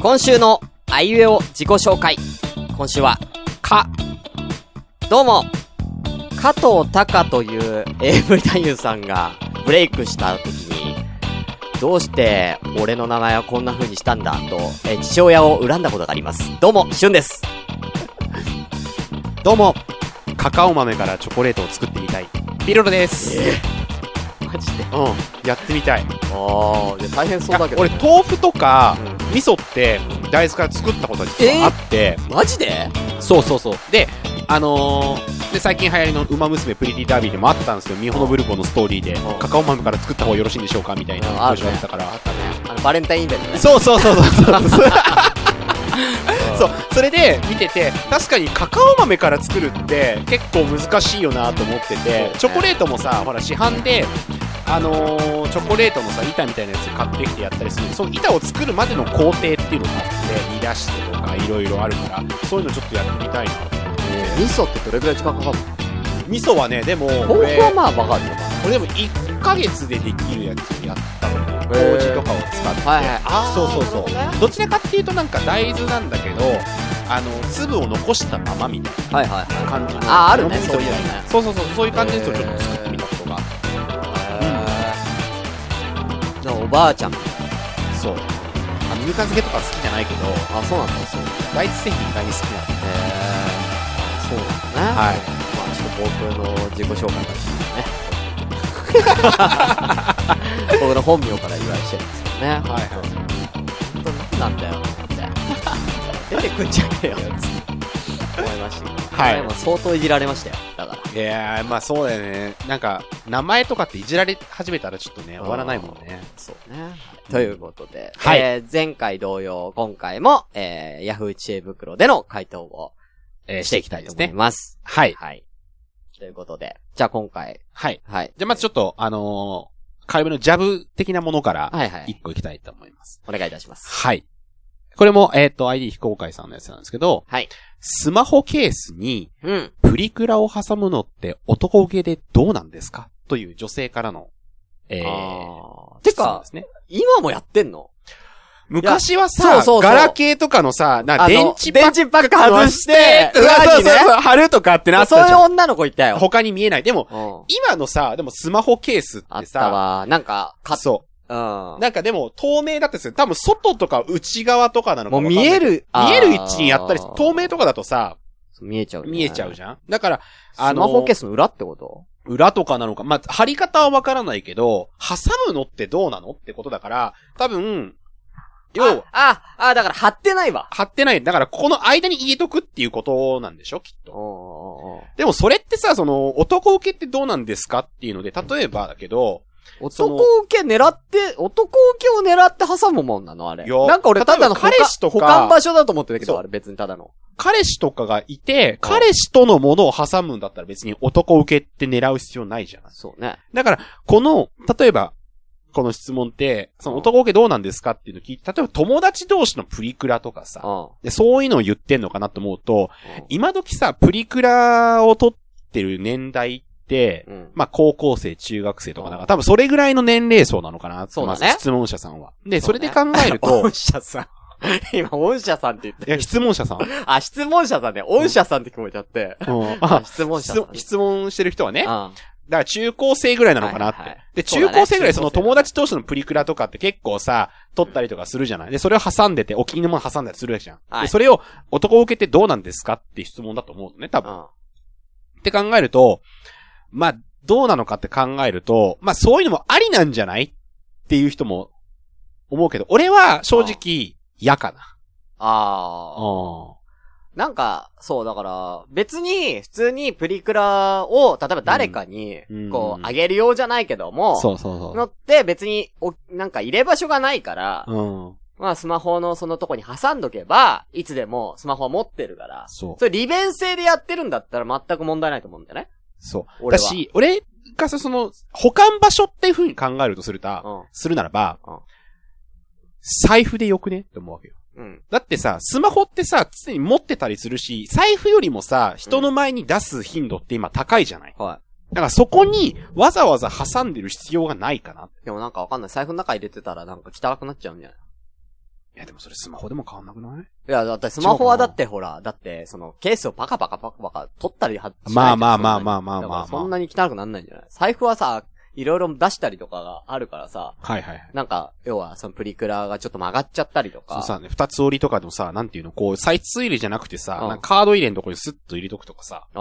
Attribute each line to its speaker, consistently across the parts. Speaker 1: 今週のあいうえお自己紹介。今週は、か。どうも、加藤隆という AV 男優さんがブレイクした時に、どうして俺の名前はこんな風にしたんだと、え父親を恨んだことがあります。どうも、しゅんです。
Speaker 2: どうもカカオ豆からチョコレートを作ってみたい
Speaker 3: ビロロです。
Speaker 1: マジで。
Speaker 2: うんやってみたい
Speaker 1: ああ、いや大変そうだけど、
Speaker 2: 俺
Speaker 1: ね。
Speaker 2: 豆腐とか、
Speaker 1: う
Speaker 2: 味噌って大豆から作ったことは実はあって、
Speaker 1: 俺、マジで
Speaker 2: そうそうそうであのーで最近流行りの「ウマ娘プリティダービー」でもあったんですよミホノブルボのストーリーで、
Speaker 1: うん
Speaker 2: カカオ豆から作った方がよろしいんでしょうかみたいな
Speaker 1: うんあるね
Speaker 2: 文章だったから、
Speaker 1: あの、バレンタインイベントね。
Speaker 2: そうそうそうそうそうそう そうそれで見てて確かにカカオ豆から作るって結構難しいよなと思っててチョコレートもさほら市販であのーチョコレートのさ板みたいなやつ買ってきてやったりするその板を作るまでの工程っていうのがあって煮出してとかいろいろあるからそういうのちょっとやってみたいな
Speaker 1: えー味噌ってどれくらい時間かかるの
Speaker 2: 味噌はねでも
Speaker 1: 豆
Speaker 2: 俺
Speaker 1: 腐はまあわかるよ。
Speaker 2: 俺でも1ヶ月でできるやつをやったのね
Speaker 1: へー
Speaker 2: 麹とかを使って
Speaker 1: はいはいあー
Speaker 2: そうそうそう
Speaker 1: なるほどね
Speaker 2: どちらかっていうとなんか大豆なんだけどあの粒を残したままみたい
Speaker 1: はいはいはい。
Speaker 2: な感じの
Speaker 1: あーあるね
Speaker 2: 脳みそみた
Speaker 1: そういうのね
Speaker 2: そうそうそうそういう感じのやつをちょっと作ってみたことがあっ
Speaker 1: じゃあおばあちゃん。
Speaker 2: てそうあのぬか漬けとか好きじゃないけど
Speaker 1: あ、そうなんだ、そう。へ
Speaker 2: 大豆製品意外に好きなの
Speaker 1: ーそうなんだね。
Speaker 2: はい
Speaker 1: まあ、ちょっと僕の自己紹介からして ね。僕の本名から言われしてるんですけどね。
Speaker 2: はいは
Speaker 1: 本当なんだよ、って。出てくんじゃねえよ、つって思いましたけど。
Speaker 2: はい
Speaker 1: でも相当いじられましたよ。だから。
Speaker 2: いいやーまあそうだよねなんか名前とかっていじられ始めたらちょっとね終わらないもんね
Speaker 1: そうね。ということで、
Speaker 2: はい
Speaker 1: えー前回同様、今回も、えー、ヤフー知恵袋での回答を、えーしていきたいと思います。
Speaker 2: はい
Speaker 1: はい。ということで、じゃあ今回、
Speaker 2: はい
Speaker 1: はい。
Speaker 2: じゃあまずちょっとあのー、軽めのジャブ的なものから
Speaker 1: はいはい。
Speaker 2: 一個いきたいと思います
Speaker 1: お願いいたします。
Speaker 2: はい。これも、えっ、と、ID 非公開さんのやつなんですけど、
Speaker 1: はい。
Speaker 2: スマホケースに
Speaker 1: うん。
Speaker 2: プリクラを挟むのって男受けでどうなんですかという女性からの、えー、
Speaker 1: あーて
Speaker 2: 質問
Speaker 1: か
Speaker 2: で、すね、
Speaker 1: 今もやってんの
Speaker 2: 昔はさ
Speaker 1: そうそうそう
Speaker 2: ガラケーとかのさ、な
Speaker 1: あの
Speaker 2: 電池パック
Speaker 1: 電池パック外して
Speaker 2: て、そう
Speaker 1: 裏
Speaker 2: そう
Speaker 1: にね
Speaker 2: そう、貼るとかってなったじ
Speaker 1: そういう
Speaker 2: ゃん。
Speaker 1: 女の子いたよ。
Speaker 2: 他に見えない。でも、
Speaker 1: うん。
Speaker 2: 今のさ、でもスマホケースっ
Speaker 1: あってた
Speaker 2: さ、
Speaker 1: わ。なんか、か、
Speaker 2: そうう。
Speaker 1: ん。
Speaker 2: なんかでも、透明だったりする。多分、外とか内側とかなのか
Speaker 1: もう
Speaker 2: わかんない
Speaker 1: 見える、
Speaker 2: 見える位
Speaker 1: あー
Speaker 2: 置にやったりする。透明とかだとさ、
Speaker 1: 見えちゃうね。
Speaker 2: 見えちゃうじゃんだから、
Speaker 1: ス
Speaker 2: あ
Speaker 1: マ
Speaker 2: の、
Speaker 1: ホケースの裏ってこと
Speaker 2: 裏とかなのか、まあ、貼り方はわからないけど、挟むのってどうなのってことだから、多分、要は、
Speaker 1: あ、あ、あだから貼ってないわ。
Speaker 2: 貼ってない。だから、ここの間に入れとくっていうことなんでしょきっ
Speaker 1: う
Speaker 2: と。
Speaker 1: んうんうん。
Speaker 2: でも、それってさ、その、男受けってどうなんですかっていうので、例えばだけど、その
Speaker 1: 男受け狙って、男受けを狙って挟むもんなのあれ。
Speaker 2: いや
Speaker 1: なんか俺ただの
Speaker 2: 例えば彼氏とか
Speaker 1: 保管場所だと思ってたけ
Speaker 2: そ
Speaker 1: ど、
Speaker 2: う
Speaker 1: あれ別にただの。
Speaker 2: 彼氏とかがいて、彼氏とのものを挟むんだったら別に男受けって狙う必要ないじゃん。
Speaker 1: そうね。
Speaker 2: だから、この、例えば、この質問って、その男受けどうなんですかっていうのを聞いて、例えば友達同士のプリクラとか
Speaker 1: う
Speaker 2: さ、
Speaker 1: ん。
Speaker 2: でそういうのを言ってんのかなと思うと、
Speaker 1: う
Speaker 2: 今時さ、プリクラを撮ってる年代って、
Speaker 1: ん。うん
Speaker 2: まあ高校生、中学生とかだから、多分それぐらいの年齢層なのかな
Speaker 1: そうだね
Speaker 2: まず質問者さんは。で、そ
Speaker 1: そう
Speaker 2: れ
Speaker 1: ね
Speaker 2: で考えると、
Speaker 1: 御社さん。今、御社さんって言って。
Speaker 2: いや、質問者さん。
Speaker 1: あ、質問者さんね。御社さんって聞こえちゃって。
Speaker 2: うん
Speaker 1: あ
Speaker 2: あ
Speaker 1: 質問者
Speaker 2: 質
Speaker 1: さん。
Speaker 2: 質問してる人はね、だ
Speaker 1: 問。
Speaker 2: から中高生ぐらいなのかなって。
Speaker 1: はいはい
Speaker 2: で、
Speaker 1: そうだ
Speaker 2: 中
Speaker 1: ね
Speaker 2: 高生ぐらいその
Speaker 1: 中高生
Speaker 2: 友達同士のプリクラとかって結構さ、撮ったりとかするじゃないで、それを挟んでて、お気に入りのもの挟んだりするわけじゃん。
Speaker 1: はい
Speaker 2: で、それを男受けてどうなんですかって質問だと思うのね、多
Speaker 1: う
Speaker 2: 分。
Speaker 1: ん。
Speaker 2: って考えると、まあ、どうなのかって考えると、まあ、そういうのもありなんじゃないっていう人も思うけど、俺は正直嫌かな。
Speaker 1: あー。
Speaker 2: あ
Speaker 1: なんか、そう、だから、別に、普通にプリクラを、例えば誰かに
Speaker 2: うん、
Speaker 1: こ
Speaker 2: うん
Speaker 1: う、あげるようじゃないけども、
Speaker 2: そうそうそ
Speaker 1: のって別に、お、なんか入れ場所がないから、
Speaker 2: う。うん。
Speaker 1: まあスマホのそのとこに挟んどけば、いつでもスマホは持ってるから、
Speaker 2: そう。
Speaker 1: それ利便性でやってるんだったら全く問題ないと思うんだよね。
Speaker 2: そう。
Speaker 1: 俺
Speaker 2: だ
Speaker 1: は
Speaker 2: し、俺がさ、その、保管場所っていう風に考えるとするた、
Speaker 1: うん
Speaker 2: するならば、
Speaker 1: うん
Speaker 2: 財布でよくねって思うわけよ。
Speaker 1: うん。
Speaker 2: だってさ、スマホってさ、常に持ってたりするし、財布よりもさ、人の前に出す頻度って今高いじゃない、
Speaker 1: は
Speaker 2: だからそこにわざわざ挟んでる必要がないかな。
Speaker 1: い。でもなんかわかんない。財布の中入れてたらなんか汚くなっちゃうんじゃない
Speaker 2: いや、でもそれスマホでも変わんなくない
Speaker 1: いや、だってスマホはだってほら、だって、その、ケースをパカパカパカパカ取ったりは
Speaker 2: まあまあまあま
Speaker 1: あ。
Speaker 2: あまあまあ
Speaker 1: だ
Speaker 2: ま
Speaker 1: か
Speaker 2: あ
Speaker 1: ら。そんなに汚くなんないんじゃない財布はさ、いろいろ出したりとかがあるからさ、
Speaker 2: はいはいはい。
Speaker 1: なんか、要は、そのプリクラがちょっと曲がっちゃったりと
Speaker 2: そ
Speaker 1: か。
Speaker 2: うさ、ね、二つ折りとかのさ、なんていうの、こう、サイツ入れじゃなくてさ、
Speaker 1: うん
Speaker 2: なんかカード入れのとこにスッと入れとくとかさ、
Speaker 1: ああ、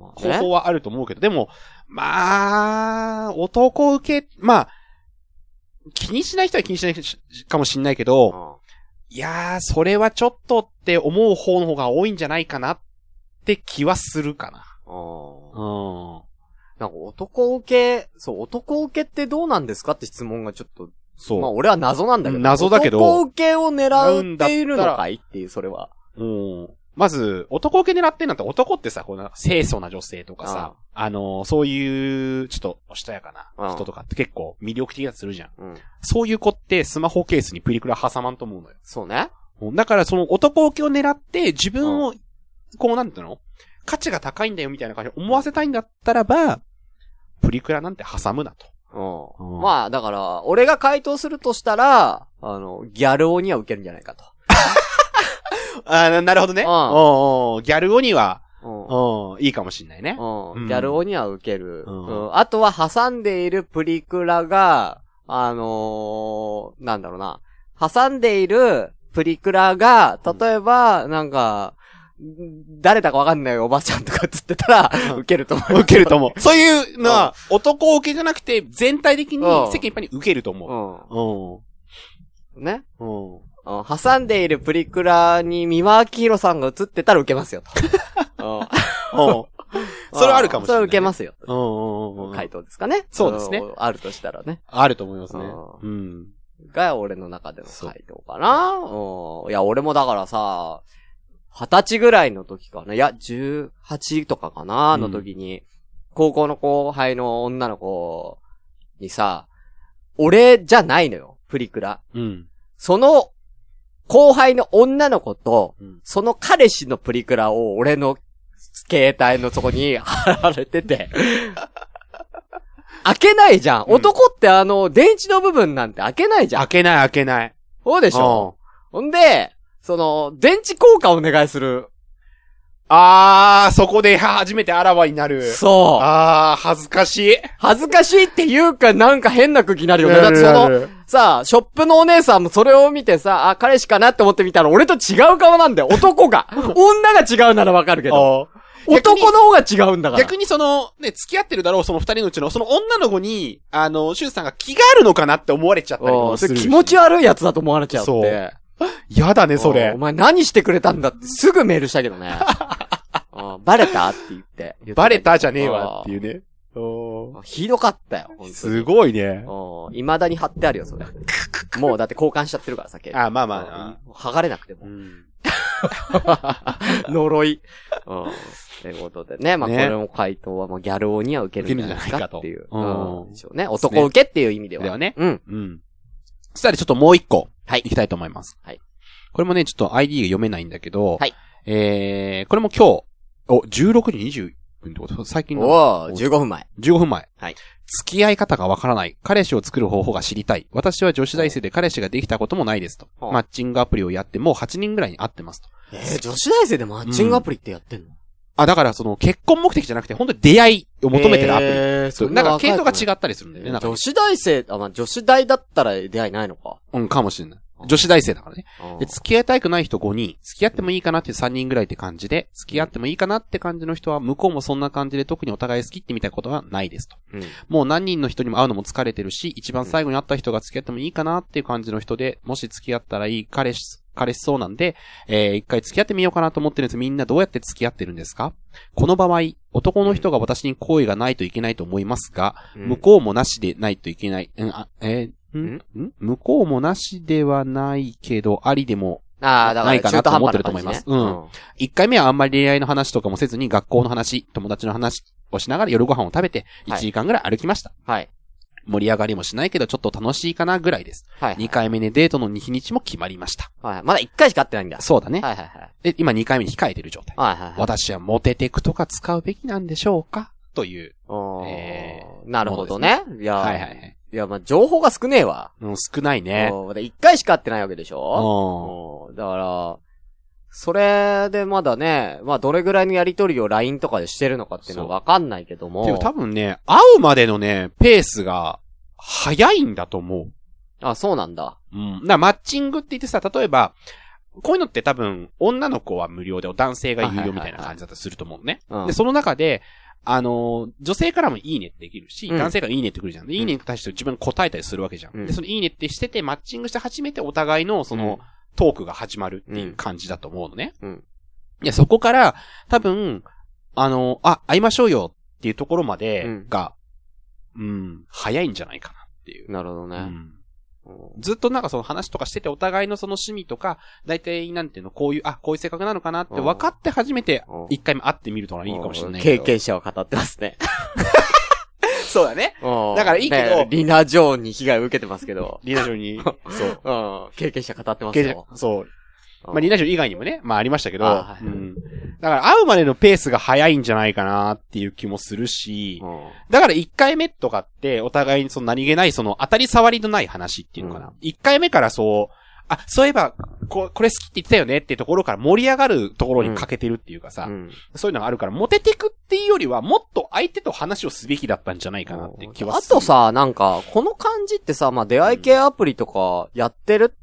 Speaker 1: まあ、
Speaker 2: 方
Speaker 1: ね。
Speaker 2: 法はあると思うけど、でも、まあ、男受け、まあ、気にしない人は気にしないしかもしんないけど、いやー、それはちょっとって思う方の方が多いんじゃないかなって気はするかな。
Speaker 1: うん。うん。
Speaker 2: うん。
Speaker 1: なんか男受け、そう、男受けってどうなんですかって質問がちょっと、
Speaker 2: そう。
Speaker 1: まあ俺は謎なんだけど。
Speaker 2: 謎だけど
Speaker 1: 男受けを狙うっているのかいっていう、それは。
Speaker 2: うん。まず、男受け狙ってんのって男ってさ、こうな、清楚な女性とかさ、あのー、そういう、ちょっと、おしとやか
Speaker 1: う
Speaker 2: なん人とかって結構魅力的だったりするじゃん。
Speaker 1: うん。
Speaker 2: そういう子ってスマホケースにプリクラ挟まんと思うのよ。
Speaker 1: そうね。
Speaker 2: うんだからその男受けを狙って自分を、こうなんていうの価値が高いんだよみたいな感じで思わせたいんだったらば、プリクラなんて挟むなと。
Speaker 1: う
Speaker 2: うん
Speaker 1: ん。まあ、だから、俺が回答するとしたら、あの、ギャル王には受けるんじゃないかと。
Speaker 2: あななるほどね。
Speaker 1: うん
Speaker 2: うんうんギャル語には、
Speaker 1: うん。
Speaker 2: うんいいかもしんないね。
Speaker 1: う
Speaker 2: うん
Speaker 1: ん。ギャル王には受ける。
Speaker 2: う
Speaker 1: うんん。あとは挟んでいるプリクラが、あのー、なんだろうな。挟んでいるプリクラが、例えば、なんか、誰だかわかんないおばちゃんとかつってたら、受けると思う。
Speaker 2: 受けると思う。 そういうのは、男受けじゃなくて、全体的に
Speaker 1: うん
Speaker 2: 世間一般に受けると思う。
Speaker 1: うん。ね。
Speaker 2: うん。うん。
Speaker 1: うん挟んでいるプリクラに三輪明宏さんが映ってたら受けますよ と。うん
Speaker 2: それはあるかもしれ
Speaker 1: それ
Speaker 2: ないね
Speaker 1: 受けますよ。
Speaker 2: うんうんうんうん。
Speaker 1: 回答ですかね。
Speaker 2: そうですね
Speaker 1: ん。あるとしたらね。
Speaker 2: あると思いますね。
Speaker 1: う
Speaker 2: うん。
Speaker 1: が俺の中での回答かな。うんいや、俺もだからさ、二十歳ぐらいの時かな。いや、十八とかかな、の時に、高校の後輩の女の子にさ、俺じゃないのよ、プリクラ。
Speaker 2: うん。
Speaker 1: その、後輩の女の子と、
Speaker 2: うん
Speaker 1: その彼氏のプリクラを俺の携帯のそこに貼られて て。開けないじゃん。
Speaker 2: うん
Speaker 1: 男ってあの、電池の部分なんて開けないじゃん
Speaker 2: 開。けない開けない。
Speaker 1: そうでしょ。ほんで、その、電池交換お願いする。
Speaker 2: あー、そこで初めてあらわになる。
Speaker 1: そう。
Speaker 2: あー、恥ずかしい。
Speaker 1: 恥ずかしいっていうか、なんか変な空気になるよね。だってそ
Speaker 2: な
Speaker 1: の、
Speaker 2: る
Speaker 1: さあ、ショップのお姉さんもそれを見てさ、あ、彼氏かなって思ってみたら、俺と違う顔なんだよ、男が。女が違うならわかるけど。
Speaker 2: あー
Speaker 1: 男の方が違うんだから。
Speaker 2: 逆にその、ね、付き合ってるだろう、その二人のうちの、その女の子に、あの、シュンさんが気があるのかなって思われちゃったり
Speaker 1: う
Speaker 2: も
Speaker 1: ん
Speaker 2: す
Speaker 1: そ
Speaker 2: る
Speaker 1: れ気
Speaker 2: し。
Speaker 1: 持ち悪いやつだと思われちゃうって。
Speaker 2: そう嫌だね、そ
Speaker 1: うん
Speaker 2: れ
Speaker 1: お。前何してくれたんだってすぐメールしたけど ね。うんバレたって言って。
Speaker 2: バレたじゃねえわっていうね。おー
Speaker 1: ひどかったよ、本当に
Speaker 2: すごいね。
Speaker 1: うん。未だに貼ってあるよ、それ。 もうだって交換しちゃってるから、さっき。
Speaker 2: あ、まあ
Speaker 1: うん、
Speaker 2: ま
Speaker 1: 剥がれなくて
Speaker 2: あ
Speaker 1: も
Speaker 2: な。。
Speaker 1: 呪い。うん。ということでね、まあ、こ
Speaker 2: ね
Speaker 1: れも回答はもうギャル王には受けるんじゃないかっていう
Speaker 2: 受。
Speaker 1: う
Speaker 2: けるんじゃないかとうん
Speaker 1: ん。でしょうね。男受けっていう意味では。
Speaker 2: ではね
Speaker 1: うん。
Speaker 2: うん。そしたらちょっともう一個。
Speaker 1: はい
Speaker 2: いきたいと思います。
Speaker 1: はい。
Speaker 2: これもね、ちょっと ID が読めないんだけど。
Speaker 1: はい。
Speaker 2: えー、これも今日、お、16時20分ってこと最近の
Speaker 1: おー、15分前。
Speaker 2: 15分前。
Speaker 1: はい。
Speaker 2: 付き合い方がわからない。彼氏を作る方法が知りたい。私は女子大生で彼氏ができたこともないですと。
Speaker 1: ほう
Speaker 2: マッチングアプリをやってもう8人ぐらいに会ってますと。
Speaker 1: えー、女子大生でマッチングアプリってやってんの
Speaker 2: あ、だからその結婚目的じゃなくて、本当に出会いを求めてるアプリ。
Speaker 1: えー
Speaker 2: そうなんか系統が違
Speaker 1: う。
Speaker 2: ったりするんだよね。なんか
Speaker 1: 女子大生、あ、まあ、女子大だったら出会いないのか。
Speaker 2: うん、かもしれない。女子大生だからね。
Speaker 1: うん
Speaker 2: で、付き合いたいくない人5人、付き合ってもいいかなっていう3人ぐらいって感じで、付き合ってもいいかなって感じの人は、向こうもそんな感じで特にお互い好きってみたいなことはないですと。
Speaker 1: うん
Speaker 2: もう何人の人にも会うのも疲れてるし、一番最後に会った人が付き合ってもいいかなっていう感じの人で、もし付き合ったらいい彼氏、彼氏そうなんで、えー一回付き合ってみようかなと思ってるんです。みんなどうやって付き合ってるんですかこの場合、男の人が私に好意がないといけないと思いますが、向こうもなしでないといけない。うん、あ、えーんん向こうもなしではないけど、ありでも、
Speaker 1: ああ、だか
Speaker 2: ない
Speaker 1: ら
Speaker 2: か
Speaker 1: 中
Speaker 2: なと
Speaker 1: 途半
Speaker 2: 思
Speaker 1: 端
Speaker 2: って
Speaker 1: な
Speaker 2: ると思い
Speaker 1: 感じ
Speaker 2: ま
Speaker 1: ね
Speaker 2: す。一回目はあんまり恋愛の話とかもせずに、学校の話、友達の話をしながら夜ご飯を食べて、1
Speaker 1: はい
Speaker 2: 時間ぐらい歩きました。
Speaker 1: はい。
Speaker 2: 盛り上がりもしないけど、ちょっと楽しいかなぐらいです。
Speaker 1: はい。
Speaker 2: 2回目でデートの日にちも決まりました。
Speaker 1: はい。まだ1回しか会ってないんだ。
Speaker 2: そうだね。
Speaker 1: はいはいはい。
Speaker 2: で、今2回目に控えてる状態。
Speaker 1: はいはいはい。
Speaker 2: 私はモテテクとか使うべきなんでしょうかという。
Speaker 1: おー
Speaker 2: え
Speaker 1: なるほどね。いや、
Speaker 2: はいはいはい。
Speaker 1: いや、まあ、情報が少ねえわ。
Speaker 2: うん、少ないね。
Speaker 1: うん。だから一回しか会ってないわけでし
Speaker 2: う
Speaker 1: ょ
Speaker 2: ん。
Speaker 1: うんだから、それでまだね、まあ、どれぐらいのやりとりを LINE とかでしてるのかっていうのはわかんないけど
Speaker 2: でも
Speaker 1: も。
Speaker 2: 多分ね、会うまでのね、ペースが、早いんだと思う。
Speaker 1: あ、そうなんだ。
Speaker 2: うん。だからマッチングって言ってさ、例えば、こういうのって多分、女の子は無料で、男性が有料みたいな感じだったりすると思うのね。
Speaker 1: うん
Speaker 2: で、。その中で、あのー女性からもいいねってできるし、
Speaker 1: うん
Speaker 2: 男性からいいねってくるじゃん。で、いいねに対して自分が答えたりするわけじゃん。
Speaker 1: うん
Speaker 2: で、そのいいねってしてて、マッチングして初めてお互いの、その、トークが始まるっていう感じだと思うのね。
Speaker 1: うん
Speaker 2: いや、そこから、多分、あのーあ、会いましょうよっていうところま
Speaker 1: う
Speaker 2: で
Speaker 1: ん
Speaker 2: が、うん、早いんじゃないかなっていう。
Speaker 1: なるほど
Speaker 2: う
Speaker 1: ね。
Speaker 2: ん
Speaker 1: うん
Speaker 2: ずっとなんかその話とかしてて、お互いのその趣味とか、大体なんていうの、こういう、あ、こういう性格なのかなって分かって初めて
Speaker 1: うん、
Speaker 2: 一回目会ってみるとかいいかもしれないけ
Speaker 1: 経
Speaker 2: ど。
Speaker 1: 験者は語ってますね。
Speaker 2: そうだね。
Speaker 1: だ
Speaker 2: だからいいけど
Speaker 1: リナ・ジョーンに被害を受けてますけど。
Speaker 2: リナジョ に。そう。
Speaker 1: うん。経験者語ってますよ。
Speaker 2: そ
Speaker 1: う
Speaker 2: う。
Speaker 1: ん
Speaker 2: まあ、リナジョ以外にもね、まあありましたけど、
Speaker 1: あはい
Speaker 2: うん。だから会うまでのペースが早いんじゃないかなっていう気もするし、
Speaker 1: うん
Speaker 2: だから一回目とかって、お互いにその何気ない、その当たり障りのない話っていうのか
Speaker 1: う
Speaker 2: な。一、回目からそう、あ、そういえば、ここれ好きって言ってたよねっていうところから盛り上がるところに欠けてるっていうかさ、
Speaker 1: うん
Speaker 2: そういうのがあるから、モテてくっていうよりは、もっと相手と話をすべきだったんじゃないかなって気は
Speaker 1: あ
Speaker 2: する。
Speaker 1: と、さ、なんか、この感じってさ、まあ、出会い系アプリとかやってる、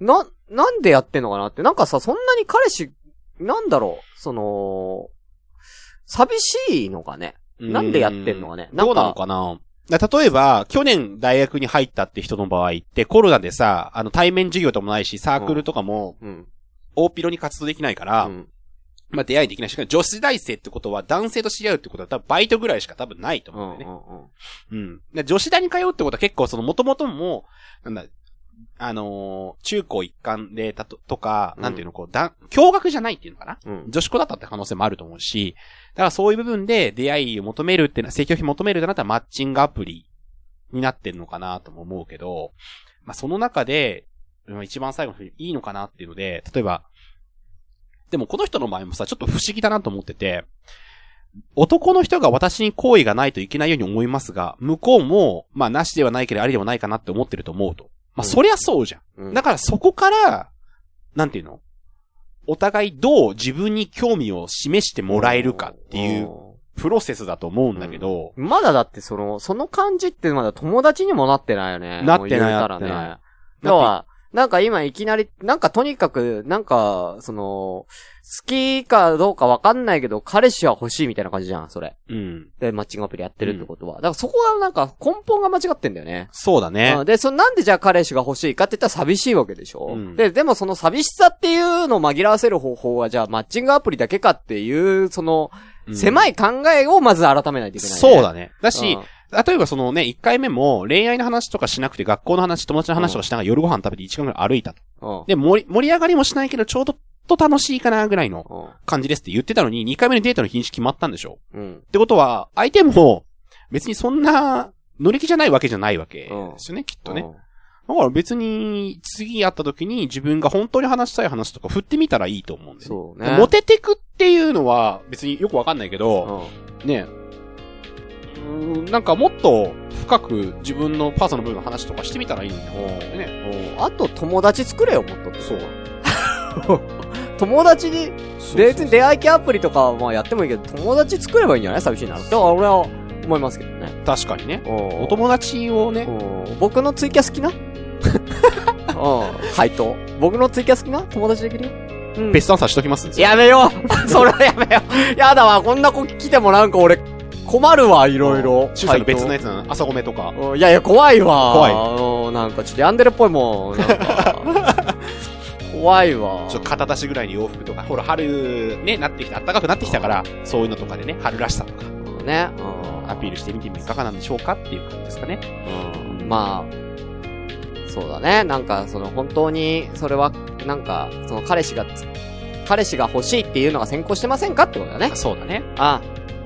Speaker 1: な、なんでやってんのかなって。なんかさ、そんなに彼氏、なんだろう、その、寂しいのかね。なんでやってんのかねなんか
Speaker 2: どうなのかなだから例えば、去年大学に入ったって人の場合って、コロナでさ、あの、対面授業ともないし、サークルとかも、
Speaker 1: うん。
Speaker 2: 大ピロに活動できないから、
Speaker 1: うん
Speaker 2: まあ出会いできないし、女子大生ってことは男性と知り合うってことは多分バイトぐらいしか多分ないと
Speaker 1: うん
Speaker 2: 思うんだ
Speaker 1: う
Speaker 2: よね。
Speaker 1: んうん
Speaker 2: うん。で女子大に通うってことは結構その元々も、なんだ、あのー中高一貫でたと、とか、
Speaker 1: うん
Speaker 2: なんていうの、こう、だ、共学じゃないっていうのかな
Speaker 1: うん。
Speaker 2: 女子校だったって可能性もあると思うし、だからそういう部分で出会いを求めるってな、請求費求めるってなったらマッチングアプリになってるのかなとも思うけど、まあその中で、うん一番最後の人にいいのかなっていうので、例えば、でもこの人の場合もさ、ちょっと不思議だなと思ってて、男の人が私に好意がないといけないように思いますが、向こうも、まあなしではないけどありではないかなって思ってると思うと。まあそりゃそうじゃん。
Speaker 1: うん。
Speaker 2: だからそこから、なんていうのお互いどう自分に興味を示してもらえるかっていうプロセスだと思うんだけど、
Speaker 1: うん。まだだってその、その感じってまだ友達にもなってないよね。
Speaker 2: なっ
Speaker 1: もう言
Speaker 2: てない
Speaker 1: うたら
Speaker 2: なってな
Speaker 1: ね。要は、なんか今いきなり、なんかとにかく、なんか、その、好きかどうかわかんないけど、彼氏は欲しいみたいな感じじゃん、それ。
Speaker 2: うん。
Speaker 1: で、マッチングアプリやってるってことは。だからそこがなんか根本が間違ってんだよね。
Speaker 2: そうだね
Speaker 1: う。んで、そのなんでじゃあ彼氏が欲しいかって言ったら寂しいわけでしょ、
Speaker 2: うん
Speaker 1: で、でもその寂しさっていうのを紛らわせる方法はじゃあマッチングアプリだけかっていう、その、狭
Speaker 2: い、
Speaker 1: い考えをまず改めないといけない、ね。
Speaker 2: そうだね。だ
Speaker 1: う
Speaker 2: し
Speaker 1: ん、
Speaker 2: 例えばそのね、1回目も恋愛の話とかしなくて、学校の話、友達の話とかしながら夜ご飯食べて1時間ぐらい歩いた
Speaker 1: うん。
Speaker 2: と。で、盛り、盛り上がりもしないけど、ちょうど、と楽しいかなぐらいの
Speaker 1: うん
Speaker 2: 感じですって言ってたのに、2回目のデートの日にち決まったんでしょ
Speaker 1: うん。
Speaker 2: ってことは、相手も、別にそんな、乗り気じゃないわけじゃないわけですよね、きっとね。だから別に、次会った時に自分が本当に話したい話とか振ってみたらいいと思うんだよ
Speaker 1: そう
Speaker 2: ね。
Speaker 1: ね。
Speaker 2: モテてくっていうのは別によくわかんないけど、
Speaker 1: う
Speaker 2: ね。うーんなんかもっと深く自分のパーソナル部分の話とかしてみたらいいんだよね。
Speaker 1: ん。あと友達作れよ、もっと。
Speaker 2: そう。
Speaker 1: 友達に、
Speaker 2: そう
Speaker 1: 別に出会い系アプリとかはまあやってもいいけど、友達作ればいいんじゃない寂しいなら。だから俺は思いますけどね。
Speaker 2: 確かにね。
Speaker 1: お
Speaker 2: お友達をね、
Speaker 1: 僕のツイキャス好き なうん。回答。僕のツイキャス好きな友達できるよ。うん
Speaker 2: ベストアンサーしときます
Speaker 1: やめよう それはやめようやだわ、こんな子来てもなんか俺、困るわ、い
Speaker 2: い
Speaker 1: ろいろ。
Speaker 2: 中世の別のや
Speaker 1: つ
Speaker 2: つなの朝ごめとか。
Speaker 1: いやいや、怖いわ。怖い。なんかちょっと病んでるっぽいもん。なんか 怖いわ。
Speaker 2: ちょっと肩出しぐらいに洋服とか。ほら、春、ね、なってきた、暖かくなってきたから、そういうのとかでね、春らしさとか。
Speaker 1: ね。
Speaker 2: アピールしてみてみいかがなんでしょうかっていう感じですかね。
Speaker 1: うんまあ、そうだね。なんか、その本当に、それは、なんか、その彼氏がつ、彼氏が欲しいっていうのが先行してませんかってことだね。
Speaker 2: そうだね。
Speaker 1: あ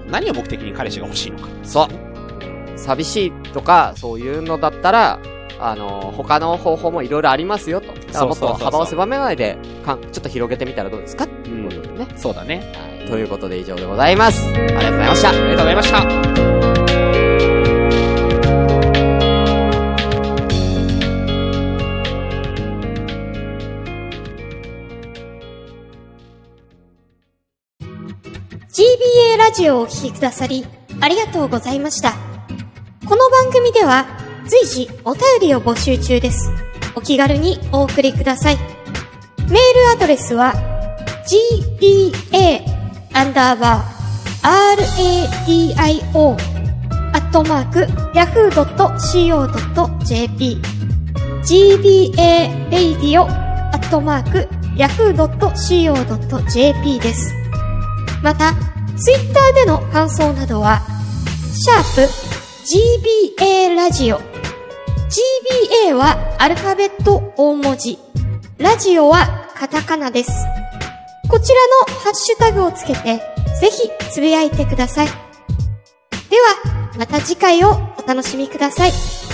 Speaker 2: 何を目的に彼氏が欲しいのか。
Speaker 1: そう。寂しいとか、そういうのだったら、あの、他の方法もいろいろありますよと。だからもっ
Speaker 2: そ
Speaker 1: と
Speaker 2: うそうそうそう
Speaker 1: 幅を狭めないで、かんちょっと広げてみたらどうですかっていうことでね。
Speaker 2: そうだね。
Speaker 1: はい。ということで以上でございます。ありがとうございました。
Speaker 2: ありがとうございました。
Speaker 3: 系ラジオをお聴きくださり、ありがとうございました。この番組では、随時お便りを募集中です。お気軽にお送りください。メールアドレスは、gba, アンダーバー、radio, アットマーク、yahoo.co.jp gba-radio-yahoo.co.jp です。また、ツイッターでの感想などは、シャープ gba ラジオ。gba はアルファベット大文字。ラジオはカタカナです。こちらのハッシュタグをつけて、ぜひつぶやいてください。では、また次回をお楽しみください。